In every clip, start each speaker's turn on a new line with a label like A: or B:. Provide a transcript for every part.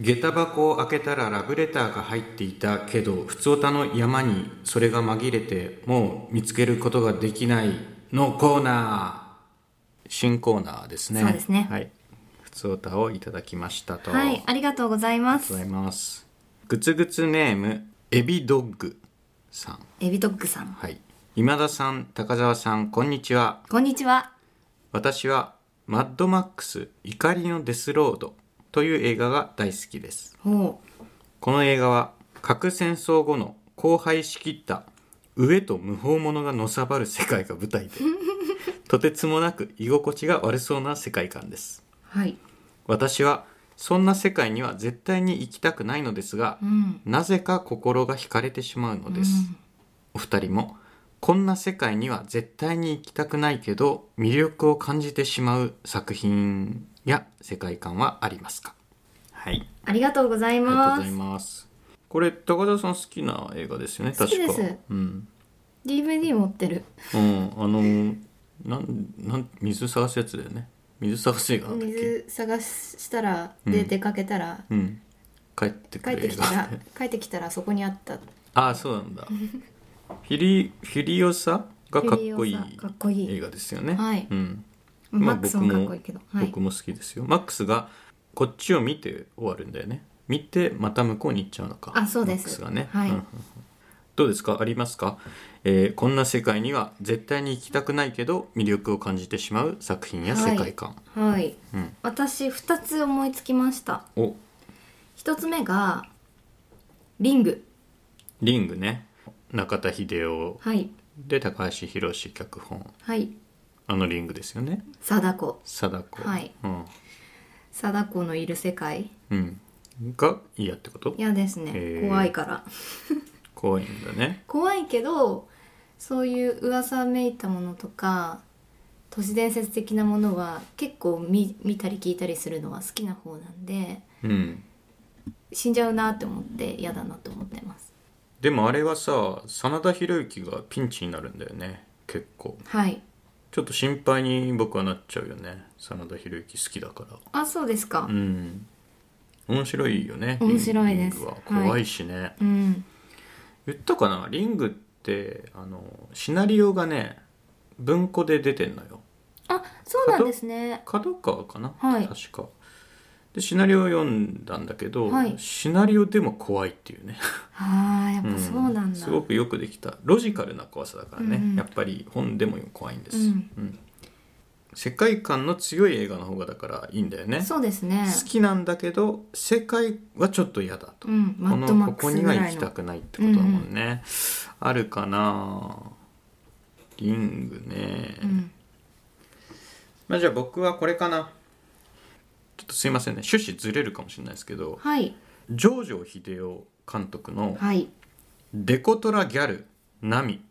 A: 下駄箱を開けたらラブレターが入っていたけど普通歌の山にそれが紛れてもう見つけることができないのコーナー新コーナーですね
B: そうですね
A: はい普通歌をいただきましたと、
B: はい、
A: あり
B: ありがとうございま
A: がとう
B: す
A: ございますグツグツネームエビドッグさん
B: エビドッグさん
A: はい今田さん高澤さんこんにちは
B: こんにちは
A: 私は「マッドマックス怒りのデスロード」という映画が大好きです
B: お
A: この映画は核戦争後の荒廃しきった飢えと無法者がのさばる世界が舞台 でとてつもなく居心地が悪そうな世界観です
B: はい
A: 私はそんな世界には絶対に行きたくないのですが、
B: うん
A: なぜか心が惹かれてしまうのです、お二人もこんな世界には絶対に行きたくないけど魅力を感じてしまう作品や世界観はありますかはい
B: ありがとうござい
A: ありがとうご
B: ま
A: ざ
B: す
A: いますこれ高田さん好きな映画ですよね
B: 好
A: 確か
B: きです
A: うん、
B: DVD 持ってる
A: うん、あのなんなん水探すやつだよね水探す映画なんだっけ
B: 水探したらで
A: うん
B: 出かけたら、
A: うん帰ってく
B: 帰っ
A: る
B: て
A: 映
B: き
A: 画
B: たら 帰ってきたらそこにあった
A: ああそう なんだフィリフィリオサがかっこい
B: フィリオサかっこい
A: い
B: い
A: 映画ですよね
B: はい
A: うんま
B: マ
A: あ
B: ックスもかっこいいけど、はい
A: 僕も好きですよマックスがこっちを見て終わるんだよね見てまた向こうに行っちゃうのか
B: あそうで
A: マッ
B: す
A: クスがね、
B: はい
A: うんうんうんどうですかありますか、えーこんな世界には絶対に行きたくないけど魅力を感じてしまう作品や世界観、
B: はい
A: うん
B: 私2つ思いつきました
A: お
B: 1つ目がリング
A: リングね中田秀夫
B: はい
A: で高橋宏脚本
B: はい
A: あのリングですよね
B: 貞子
A: 貞子、
B: はい
A: うん
B: 貞子のいる世界
A: うん、が嫌ってこと
B: 嫌です
A: へ
B: ね
A: ー
B: 怖いから
A: 怖いんだね
B: 怖いけどそういう噂めいたものとか都市伝説的なものは結構見見たり聞いたりするのは好きな方なんで
A: うん
B: 死んじゃうなって思って嫌だなって思ってます
A: でもあれはさ真田広之がピンチになるんだよね結構
B: はい
A: ちょっと心配に僕はなっちゃうよね真田広之好きだから
B: あそうですか
A: うん面白いよね
B: 面白
A: リ
B: い
A: ン
B: です
A: リングは
B: はい
A: 怖いしね、
B: うん
A: 言ったかなリングってあのシナリオがね文庫で出てんのよ
B: あそうなんですね
A: 角川かな、
B: はい
A: 確かでシナリオを読んだんだけど、
B: はい
A: シナリオでも怖いっていうね
B: あーやっ
A: うん
B: ぱそうなんだ、
A: すごくよくできたロジカルな怖さだからね、
B: うんうん
A: やっぱり本でも怖いんです、
B: うん
A: うん世界観の強い映画の方がだからいいんだよね
B: そうですね
A: 好きなんだけど世界はちょっと嫌だと、
B: うんマ
A: こ
B: ッドマ
A: の
B: ッ
A: こ
B: ク
A: こ
B: ス
A: に
B: ぐ
A: は
B: らいの
A: 行きたくないってことだもんね、あるかなリングね、
B: うん、
A: まあじゃあ僕はこれかなちょっとすいませんね趣旨ずれるかもしれないですけど
B: はい
A: ジョージョ秀夫監督の
B: はい
A: デコトラギャルナミ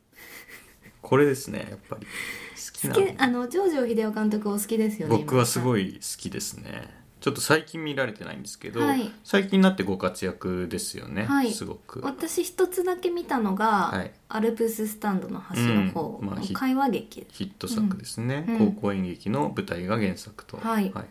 A: これですねやっぱり好き
B: 好
A: な
B: きあのジョージオ秀夫監督お好きですよね
A: 僕はす
B: い
A: ごい好きですねちょっと最近見られてないんですけど、
B: はい
A: 最近になってご活躍ですよね、
B: はい
A: すごく
B: 私一つだけ見たのが、
A: はい
B: アルプススタンドの端の方
A: うんまあ
B: の
A: ひ
B: 会話劇、
A: ヒット作ですね、
B: うんうん
A: 高校演劇の舞台が原作と、
B: はい
A: はい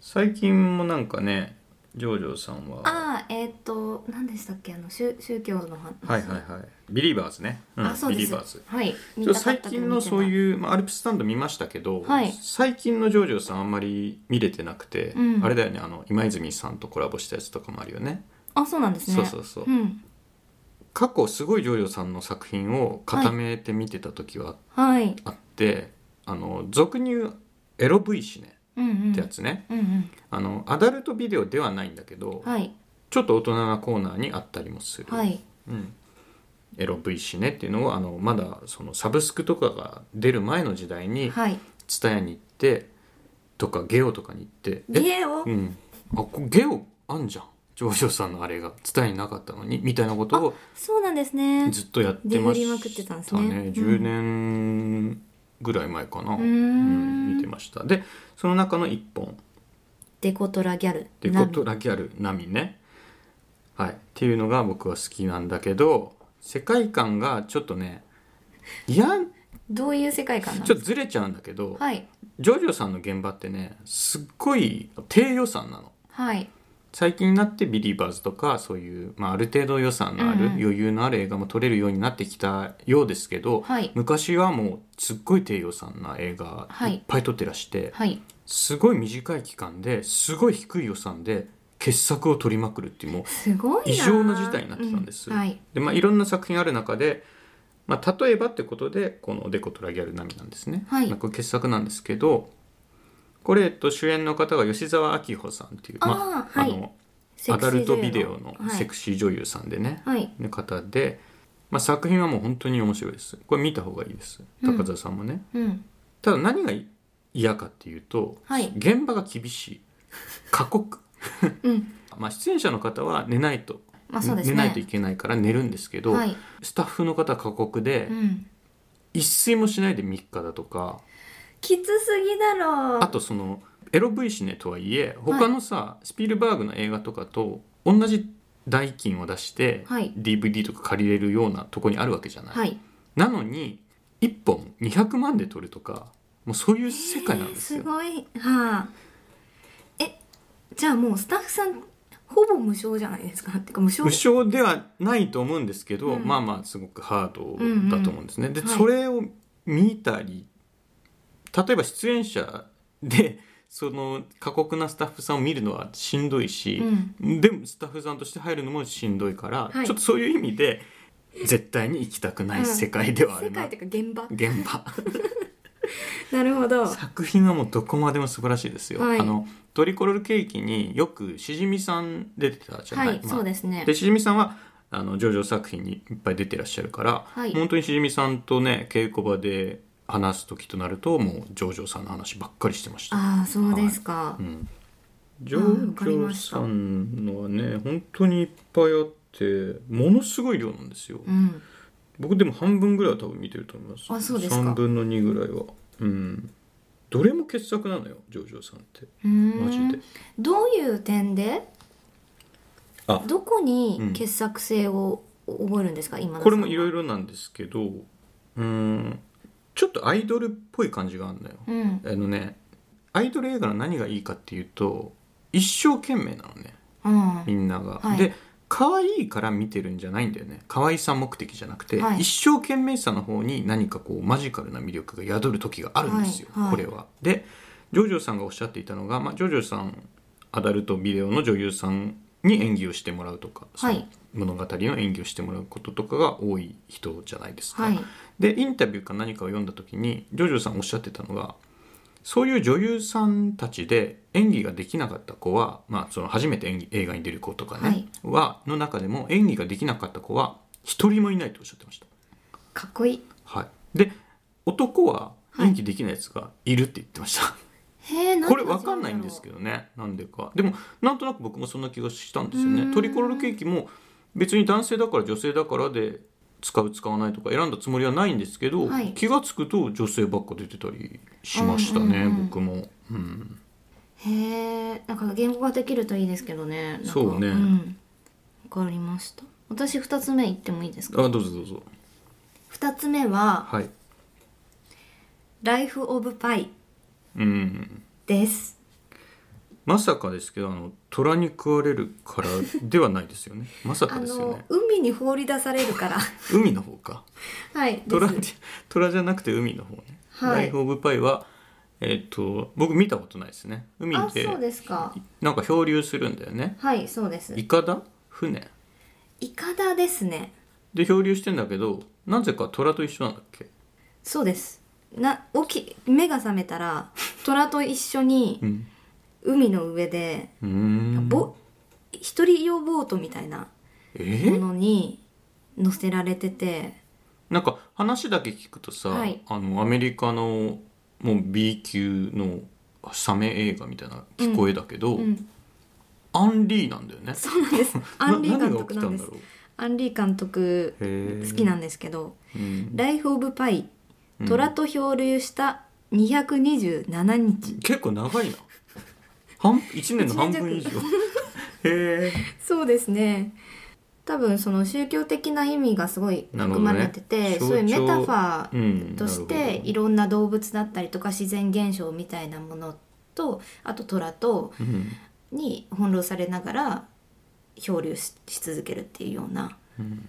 A: 最近もなんかねジョージョさんは
B: ああえっ、と何でしたっけあの宗宗教の話
A: はいはいはいビリーバーズね、うん
B: あそう
A: ビ
B: で
A: リー
B: す
A: バーズ
B: はい
A: ちょっと最近のそう
B: う
A: いう、まあ、アルプススタンド見ましたけど、
B: はい
A: 最近のジョージョさんあんまり見れてなくて、
B: うん
A: あれだよねあの今泉さんとコラボしたやつとかもあるよね
B: あそうなんですね
A: そうそうそう
B: うん、
A: 過去すごいジョージョさんの作品を固めて見てた時は
B: はい
A: あって、あの俗に言うエロ V シネ
B: うんうん
A: ってやつね、
B: うんうん
A: あのアダルトビデオではないんだけど、
B: はい
A: ちょっと大人なコーナーにあったりもする、
B: はい
A: うん、エロ V シネっていうのをあのまだそのサブスクとかが出る前の時代に、
B: はい
A: 蔦屋に行ってとかゲオとかに行ってえ
B: ゲオ
A: うんあこゲオあんじゃんジョージョさんのあれが蔦屋になかったのにみたいなことを
B: そうなんですね
A: ずっとやってま
B: デブりまくっ
A: して
B: たんです
A: た
B: ね
A: ね
B: うん
A: 10年ぐらい前かな、
B: うーん
A: 見てましたでその中の1本
B: デコトラギャル
A: 「デコトラギャルナミね」はいっていうのが僕は好きなんだけど世界観がちょっとねいや
B: どういう世界観なん
A: ち
B: で
A: ょっとずれちゃうんだけど、
B: すかはい
A: ジョジョさんの現場ってねすっごい低予算なの
B: はい
A: 最近になってビリーバーズとかそういう、まあ、ある程度予算のある
B: うんうん
A: 余裕のある映画も撮れるようになってきたようですけど、
B: はい
A: 昔はもうすっごい低予算な映画
B: はい
A: いっぱい撮ってらして、
B: はい
A: すごい短い期間ですごい低い予算で傑作を撮りまくるっていうもう
B: すごいな
A: 異常な事態になってたんです
B: うはい
A: で、まあ、いろんな作品ある中で、まあ、例えばってことでこの「デコトラギャル並」なんですね、
B: はい
A: まあこれ傑作なんですけどこれ、えっと、主演の方が吉沢明穂さんっていうま
B: あーはい
A: あの
B: セ
A: ア
B: クシー
A: ダルトビ
B: 女
A: デ
B: 優
A: オのセクシー女優さんでね、
B: はい、はい、
A: の方で、まあ、作品はもう本当に面白いですこれ見た方がいいです
B: うん
A: 高澤さんもね、
B: うん
A: ただ何が嫌かっていうと、
B: はい
A: 現場が厳しい過酷
B: うん
A: まあ、出演者の方は寝ないと、
B: まあそうです
A: 寝
B: ね
A: ないといけないから寝るんですけど、
B: はい
A: スタッフの方は過酷で、
B: うん
A: 一睡もしないで3日だとか
B: きつすぎだろう
A: あとそのエロ V シネとはいえ他のさ、スピルバーグの映画とかと同じ代金を出して、
B: はい
A: DVD とか借りれるようなとこにあるわけじゃない、
B: はい
A: なのに1本200万で撮るとかもうそういう世界なんですよ、
B: えーすごいはあえじゃあもうスタッフさんほぼ無償じゃないですか ってか無償
A: 無償ではないと思うんですけど、
B: うん
A: まあまあすごくハードだと思うんですね。で、
B: はい
A: それを見たり例えば出演者で その過酷なスタッフさんを見るのはしんどいし、でもスタッフさんとして入るのもしんどいから、
B: はい
A: ちょっとそういう意味で絶対に行きたくない世界ではあ
B: 世
A: るな、
B: 界というか現
A: 現場。
B: 場なるほど
A: 作品はもうどこまでも素晴らしいですよ。
B: はい
A: あのトリコロールケーキによくしじみさん出てたじゃない、
B: はい、
A: まあ
B: そうですね
A: でしじみさんはあのジョジョ作品にいっぱい出てらっしゃるから、
B: はい
A: 本当にしじみさんとね稽古場で話す時となるともうジョジョさんの話ばっかりしてました。
B: ああそうですか、
A: うん、ジ
B: あーわ
A: ョ
B: か
A: ジ
B: りま
A: ョ
B: した
A: さんのはね本当にいっぱいあってものすごい量なんですよ。
B: うん
A: 僕でも半分ぐらいは多分見てると思います。
B: あそうですか
A: 3分の2ぐらいは。うん。どれも傑作なのよジョジョさんって
B: うーん
A: マジで。
B: どういう点で
A: あ
B: どこ
A: う
B: に
A: ん
B: 傑作性を覚えるんですか、今
A: これもいろい
B: ろ
A: ろなんですけどうーんちょっとアイドルっぽい感じがあるんだよ、
B: うん
A: あのねアイドル映画の何がいいかっていうと一生懸命なのね
B: うん
A: みんなが、
B: はい
A: で可愛いから見てるんじゃないんだよね可愛さ目的じゃなくて、
B: はい
A: 一生懸命さの方に何かこうマジカルな魅力が宿る時があるんですよ、
B: はいはい
A: これは。でジョジョさんがおっしゃっていたのが、まあ、ジョジョさんアダルトビデオの女優さんに演技をしてもらうとか、
B: はい
A: その物語の演技をしてもらうこととかが多い人じゃないですか。
B: はい
A: でインタビューか何かを読んだ時にジョジョさんおっしゃってたのがそういう女優さんたちで演技ができなかった子は、まあ、その初めて演技映画に出る子とかね、はの中でも演技ができなかった子は一人もいないとおっしゃってました。
B: かっこいい
A: はい、で男は演技できないやつがいるって言ってました。
B: へえ
A: これわかんないんですけどねなんでかでもなんとなく僕もそんな気がしたんですよ
B: うん
A: ねトリコロールケーキも別に男性だから女性だからで使う使わないとか選んだつもりはないんですけど、
B: はい
A: 気が付くと女性ばっか出てたりしましたね、
B: うんうんうん
A: 僕も、うん、
B: へえなんか言語ができるといいですけどねなんか
A: そうね
B: ん、わかりました私二つ目言ってもいいです
A: あ
B: か
A: どうぞどうぞ
B: 二つ目は
A: はい
B: 「ライフ・オブ・パイ
A: うん」
B: です
A: まさかですけどあの虎に食われるからではないですよ ねまさか
B: あ
A: ですよ
B: の
A: ね
B: 海に放り出されるから
A: 海の方か
B: はい
A: 虎
B: です
A: じゃ虎じゃなくて海の方ね、
B: はい
A: ライフ・オブ・パイはえっ、と僕見たことないですね海
B: あ
A: で
B: そうですか
A: なんか漂流するんだよね
B: はいそうです
A: イカダ船
B: イカダですね
A: で漂流してんだけどなぜか虎と一緒なんだっけ、
B: そうですな起き目が覚めたら虎と一緒に
A: うん、
B: 海の上で
A: うーん
B: ぼ一人用ボートみたいな
A: え
B: ものに乗せられてて
A: なんか話だけ聞くとさ、
B: はい
A: あのアメリカのもう B 級のサメ映画みたいな聞こえだけど、
B: うん
A: アンリー なんだよね
B: そうなんです。アンリー監督なんです。
A: ろう
B: アンリー監督
A: へー
B: 好きなんですけど、
A: うん
B: ライフオブパイ、虎と漂流した227日。
A: 結構長いな半1年の半分以上へえ
B: そうですね。多分その宗教的な意味がすごい
A: なる
B: 含
A: ほど
B: ま
A: ね
B: れて
A: 象
B: て、
A: 徴
B: そういうメタファー
A: うん
B: とし
A: なる
B: て
A: ほど
B: いろんな動物だったりとか自然現象みたいなものとあと虎と
A: うん
B: に翻弄されながら漂流しし続けるっていうような
A: うん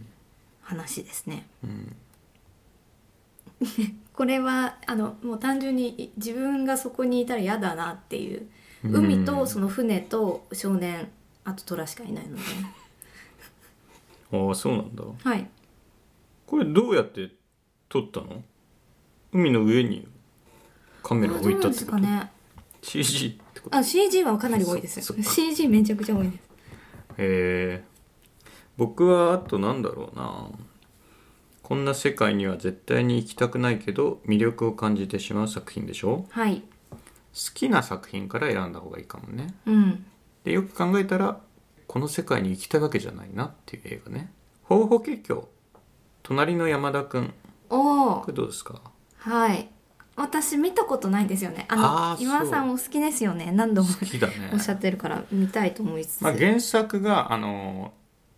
B: 話ですね。
A: うん
B: これはあのもう単純にい自分がそこにいたら嫌だなっていう海とその船と少年あと虎しかいないので
A: ああそうなんだ
B: はい
A: これどうやって撮ったの海の上にカメラを置いた
B: あどうなん
A: って
B: です
A: こ
B: か
A: と、
B: ね
A: CG ってことへ
B: あ CG はかなり多いです
A: そそっか
B: CG めちゃくちゃ多いです
A: え僕はあとなんだろうなこんな世界には絶対に行きたくないけど魅力を感じてしまう作品でしょ
B: はい
A: 好きな作品から選んだ方がいいかもね
B: うん
A: でよく考えたらこの世界に行きたいわけじゃないなっていう映画ね「ほうほけ隣の山田くん」
B: お
A: こ
B: お
A: れどうですか
B: はい私見たことないですよねあの
A: あー
B: 今田さんお好きですよね何度も
A: 好きだね
B: おっしゃってるから見たいと思いつつ、
A: まあ、原作があの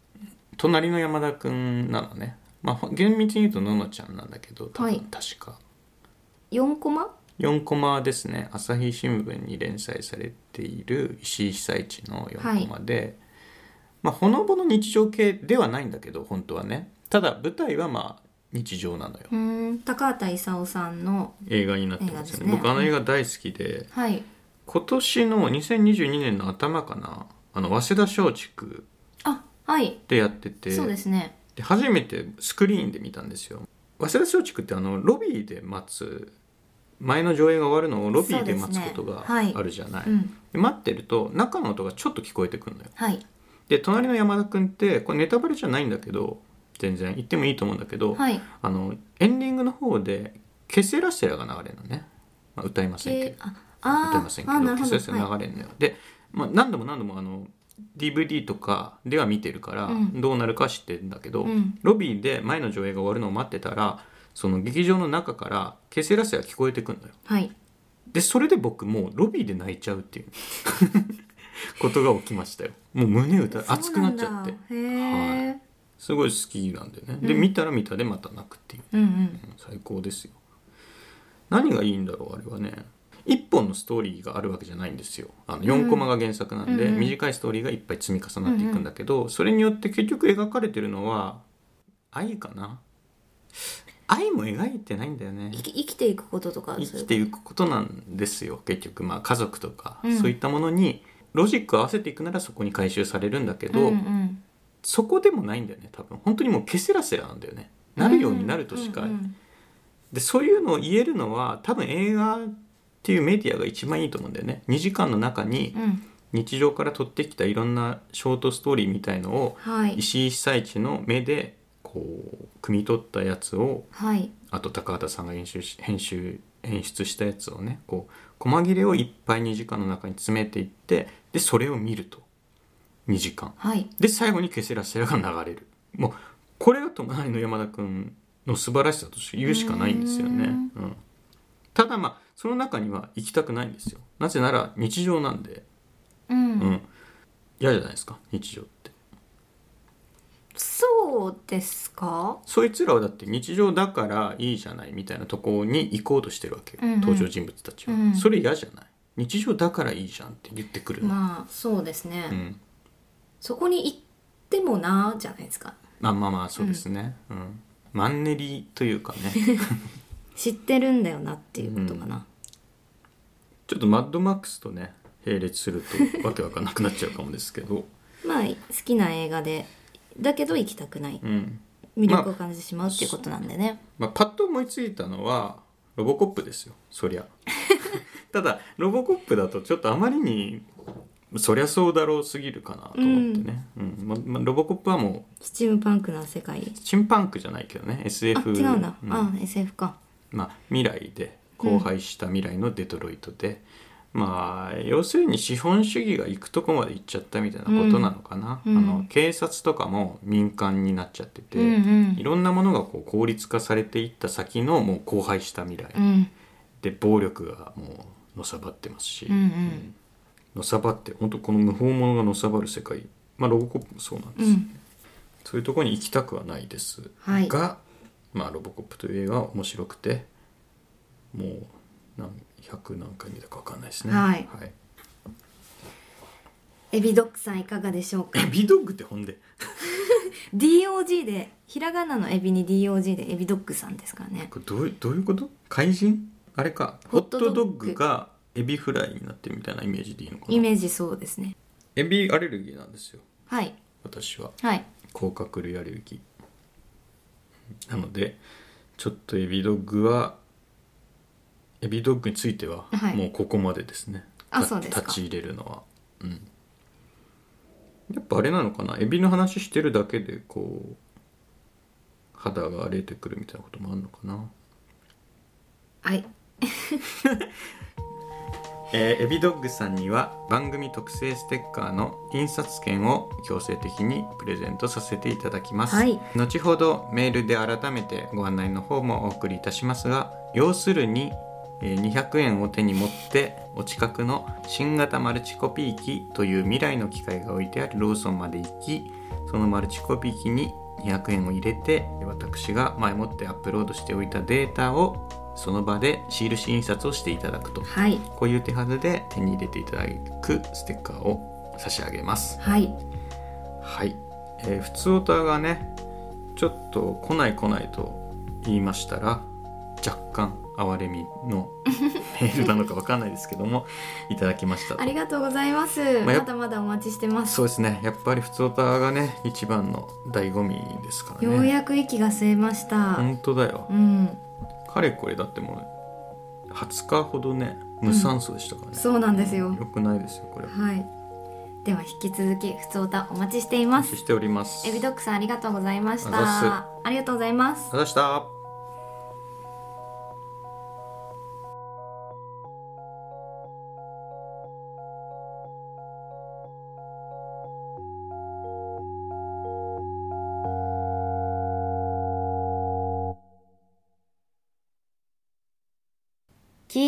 A: 「隣の山田くん」なのね、まあ、ほ厳密に言うとののちゃんなんだけど多分
B: はい
A: 確か、
B: 4コマ
A: 4コマですね朝日新聞に連載されている石井被災地の4コマで、まあ、ほのぼの日常系ではないんだけど本当はねただ舞台はまあ日常なのよ
B: うーん高畑勲さんの
A: 映画になってますよね
B: 映画ですね
A: 僕あの映画大好きで
B: はい
A: 今年の2022年の頭かなあの早稲田松竹
B: あはい
A: でやってて
B: そうですね
A: で初めてスクリーンで見たんですよ早稲田松竹ってあのロビーで待つ前の上映が終わるのをロビーで待つことが
B: そうですねはい
A: あるじゃないで、
B: うん
A: 待ってると中の音がちょっと聞こえてくるのよ
B: はい
A: で隣の山田君ってこれネタバレじゃないんだけど全然言ってもいいと思うんだけど、
B: はい
A: あのエンディングの方で「ケセラセラ」が流れるのね、まあ、歌いませんけ
B: け
A: ど
B: あ
A: 歌い
B: あ
A: ません
B: ー
A: け
B: あな
A: ど
B: る
A: ケ
B: ほ
A: セラセ
B: ど、
A: ラ
B: は
A: 流れるのよ、で、まあ、何度も何度もあの DVD とかでは見てるから
B: うん
A: どうなるか知ってるんだけど、
B: うん
A: ロビーで前の上映が終わるのを待ってたらその劇場の中から「ケセラセラ」聞こえてくるのよ
B: いはい、
A: でそれで僕もうロビーで泣いちゃうっていう ことが起きましたよもう胸打た熱くなっちゃって
B: そうなんだへえ、
A: すごい好きなんでねで
B: うん
A: 見たら見たでまた泣くっていう
B: うんうん
A: 最高ですよ何がいいんだろうあれはね一本のストーリーがあるわけじゃないんですよあの4コマが原作なんで、
B: うんうん
A: 短いストーリーがいっぱい積み重なっていくんだけど、それによって結局描かれてるのは愛かな愛も描いてないんだよね
B: 生き生きていくこととか
A: 生
B: そうい
A: き
B: う
A: ていくことなんですよ結局まあ家族とか、
B: うん
A: そういったものにロジックを合わせていくならそこに回収されるんだけど、
B: うんうん、
A: そこでもないんだよね多分本当にもうケセラセラなんだよねなるようになるとしか、
B: うんうん
A: でそういうのを言えるのは多分映画っていうメディアが一番いいと思うんだよね2時間の中に
B: うんうん
A: 日常から撮ってきたいろんなショートストーリーみたいのを
B: はい
A: 石井被災地の目でこう汲み取ったやつを
B: はい
A: あと高畑さんが編集し編集演出したやつをねこう細切れをいっぱい2時間の中に詰めていってでそれを見ると2時間
B: はい
A: で最後に「ケセラセラ」が流れるもうこれが隣の山田君の素晴らしさとして言うしかないんですよね、
B: う
A: うん、ただまあその中には行きたくないんですよなぜなら日常なんで
B: う
A: う
B: ん、
A: ん嫌じゃないですか日常って
B: そうですか
A: そいつらはだって日常だからいいじゃないみたいなとこに行こうとしてるわけよ、
B: うんうん
A: 登場人物たちは、
B: うん
A: それ嫌じゃない日常だからいいじゃんって言ってくるの、
B: まあそうですね、
A: うん、
B: そこに行ってもなじゃないですか
A: まあまあまあそうですね、うんマンネリというかね
B: 知ってるんだよなっていうことかな、
A: ちょっとマッドマックスとね並列するとわけわかんなくなっちゃうかもですけど、
B: まあ好きな映画でだけど行きたくない
A: うん
B: 魅力を感じてしまうっていうことなんでね、
A: まあ、パッと思いついたのはロボコップですよそ りゃただロボコップだとちょっとあまりにそりゃそうだろうすぎるかなと思ってね、うんままロボコップはも
B: スチームパンクな世界
A: うチンパンクじゃないけどね
B: あ
A: SF
B: 違うんだ、
A: うん
B: あ SF か
A: まあ、未来で荒廃した未来のデトロイトで、まあ要するに資本主義が行くとこまで行っちゃったみたいなことなのかな、
B: うん
A: あ
B: う
A: の
B: ん
A: 警察とかも民間になっちゃってて、
B: うんうん
A: いろんなものがこう効率化されていった先のもう荒廃した未来、
B: うん
A: で暴力がもうのさばってますし、
B: うんうん
A: んのさばって本当この無法者がのさばる世界まあロボコップもそうなんです
B: う
A: よね、
B: ん
A: そういうところに行きたくはないですが、
B: はい
A: まあ、ロボコップという映画は面白くてもう何100何回見たか分かんないですね
B: はいエビドッグさんいかがでしょう か
A: エビドッグってほんで
B: DOG でひらがなのエビに DOG でエビドッグさんですからね
A: これどういどういうこと怪人あれかホ
B: ホ
A: ッ
B: ッ
A: ト
B: ト
A: ドッ
B: ドッグ
A: グがエビフライになってるみたいなイメージでいいのか
B: イ
A: な
B: メージそうですね
A: エビアレルギーなんですよ
B: はい
A: 私は
B: はい
A: 甲殻類アレルギーなのでちょっとエビドッグはエビドッグについては
B: はい
A: もうここまでですね、
B: あ
A: た
B: そうですか
A: 立ち入れるのはうんやっぱあれなのかなエビの話してるだけでこう肌が荒れてくるみたいなこともあるのかな
B: はい
A: えーエビドッグさんには番組特製ステッカーの印刷券を強制的にプレゼントさせていただきます、
B: はい
A: 後ほどメールで改めてご案内の方もお送りいたしますが要するにえー200円を手に持ってお近くの新型マルチコピー機という未来の機械が置いてあるローソンまで行きそのマルチコピー機に200円を入れて私が前もってアップロードしておいたデータをその場でシール印刷をしていただくと
B: はい
A: こういう手はで手に入れていただくステッカーを差し上げます。
B: はい
A: はい。えー、普通オタがね、ちょっと来ない来ないと言いましたら、若干哀れみ のメールなのかわかんないですけども、いただきましたと
B: あ。りがとうございます、
A: まあ
B: ま
A: やっ
B: だまだお待ちしてます、
A: そうですね。やっぱり普通オタがね、一番の醍醐味ですからね。
B: ようやく息が吸えました
A: 本当だよ
B: う。ん
A: かれこれだってもう20日ほどね、無酸素でしたからね。
B: そうなんですよ
A: よくないですよこれ。
B: はいでは引き続き普通歌お待ちしてい
A: お
B: ま
A: 待
B: す
A: ちしております。
B: エビドッグさんありがとうございまし
A: あざっす
B: たありがとうございます
A: ありがとうございました。
C: 聞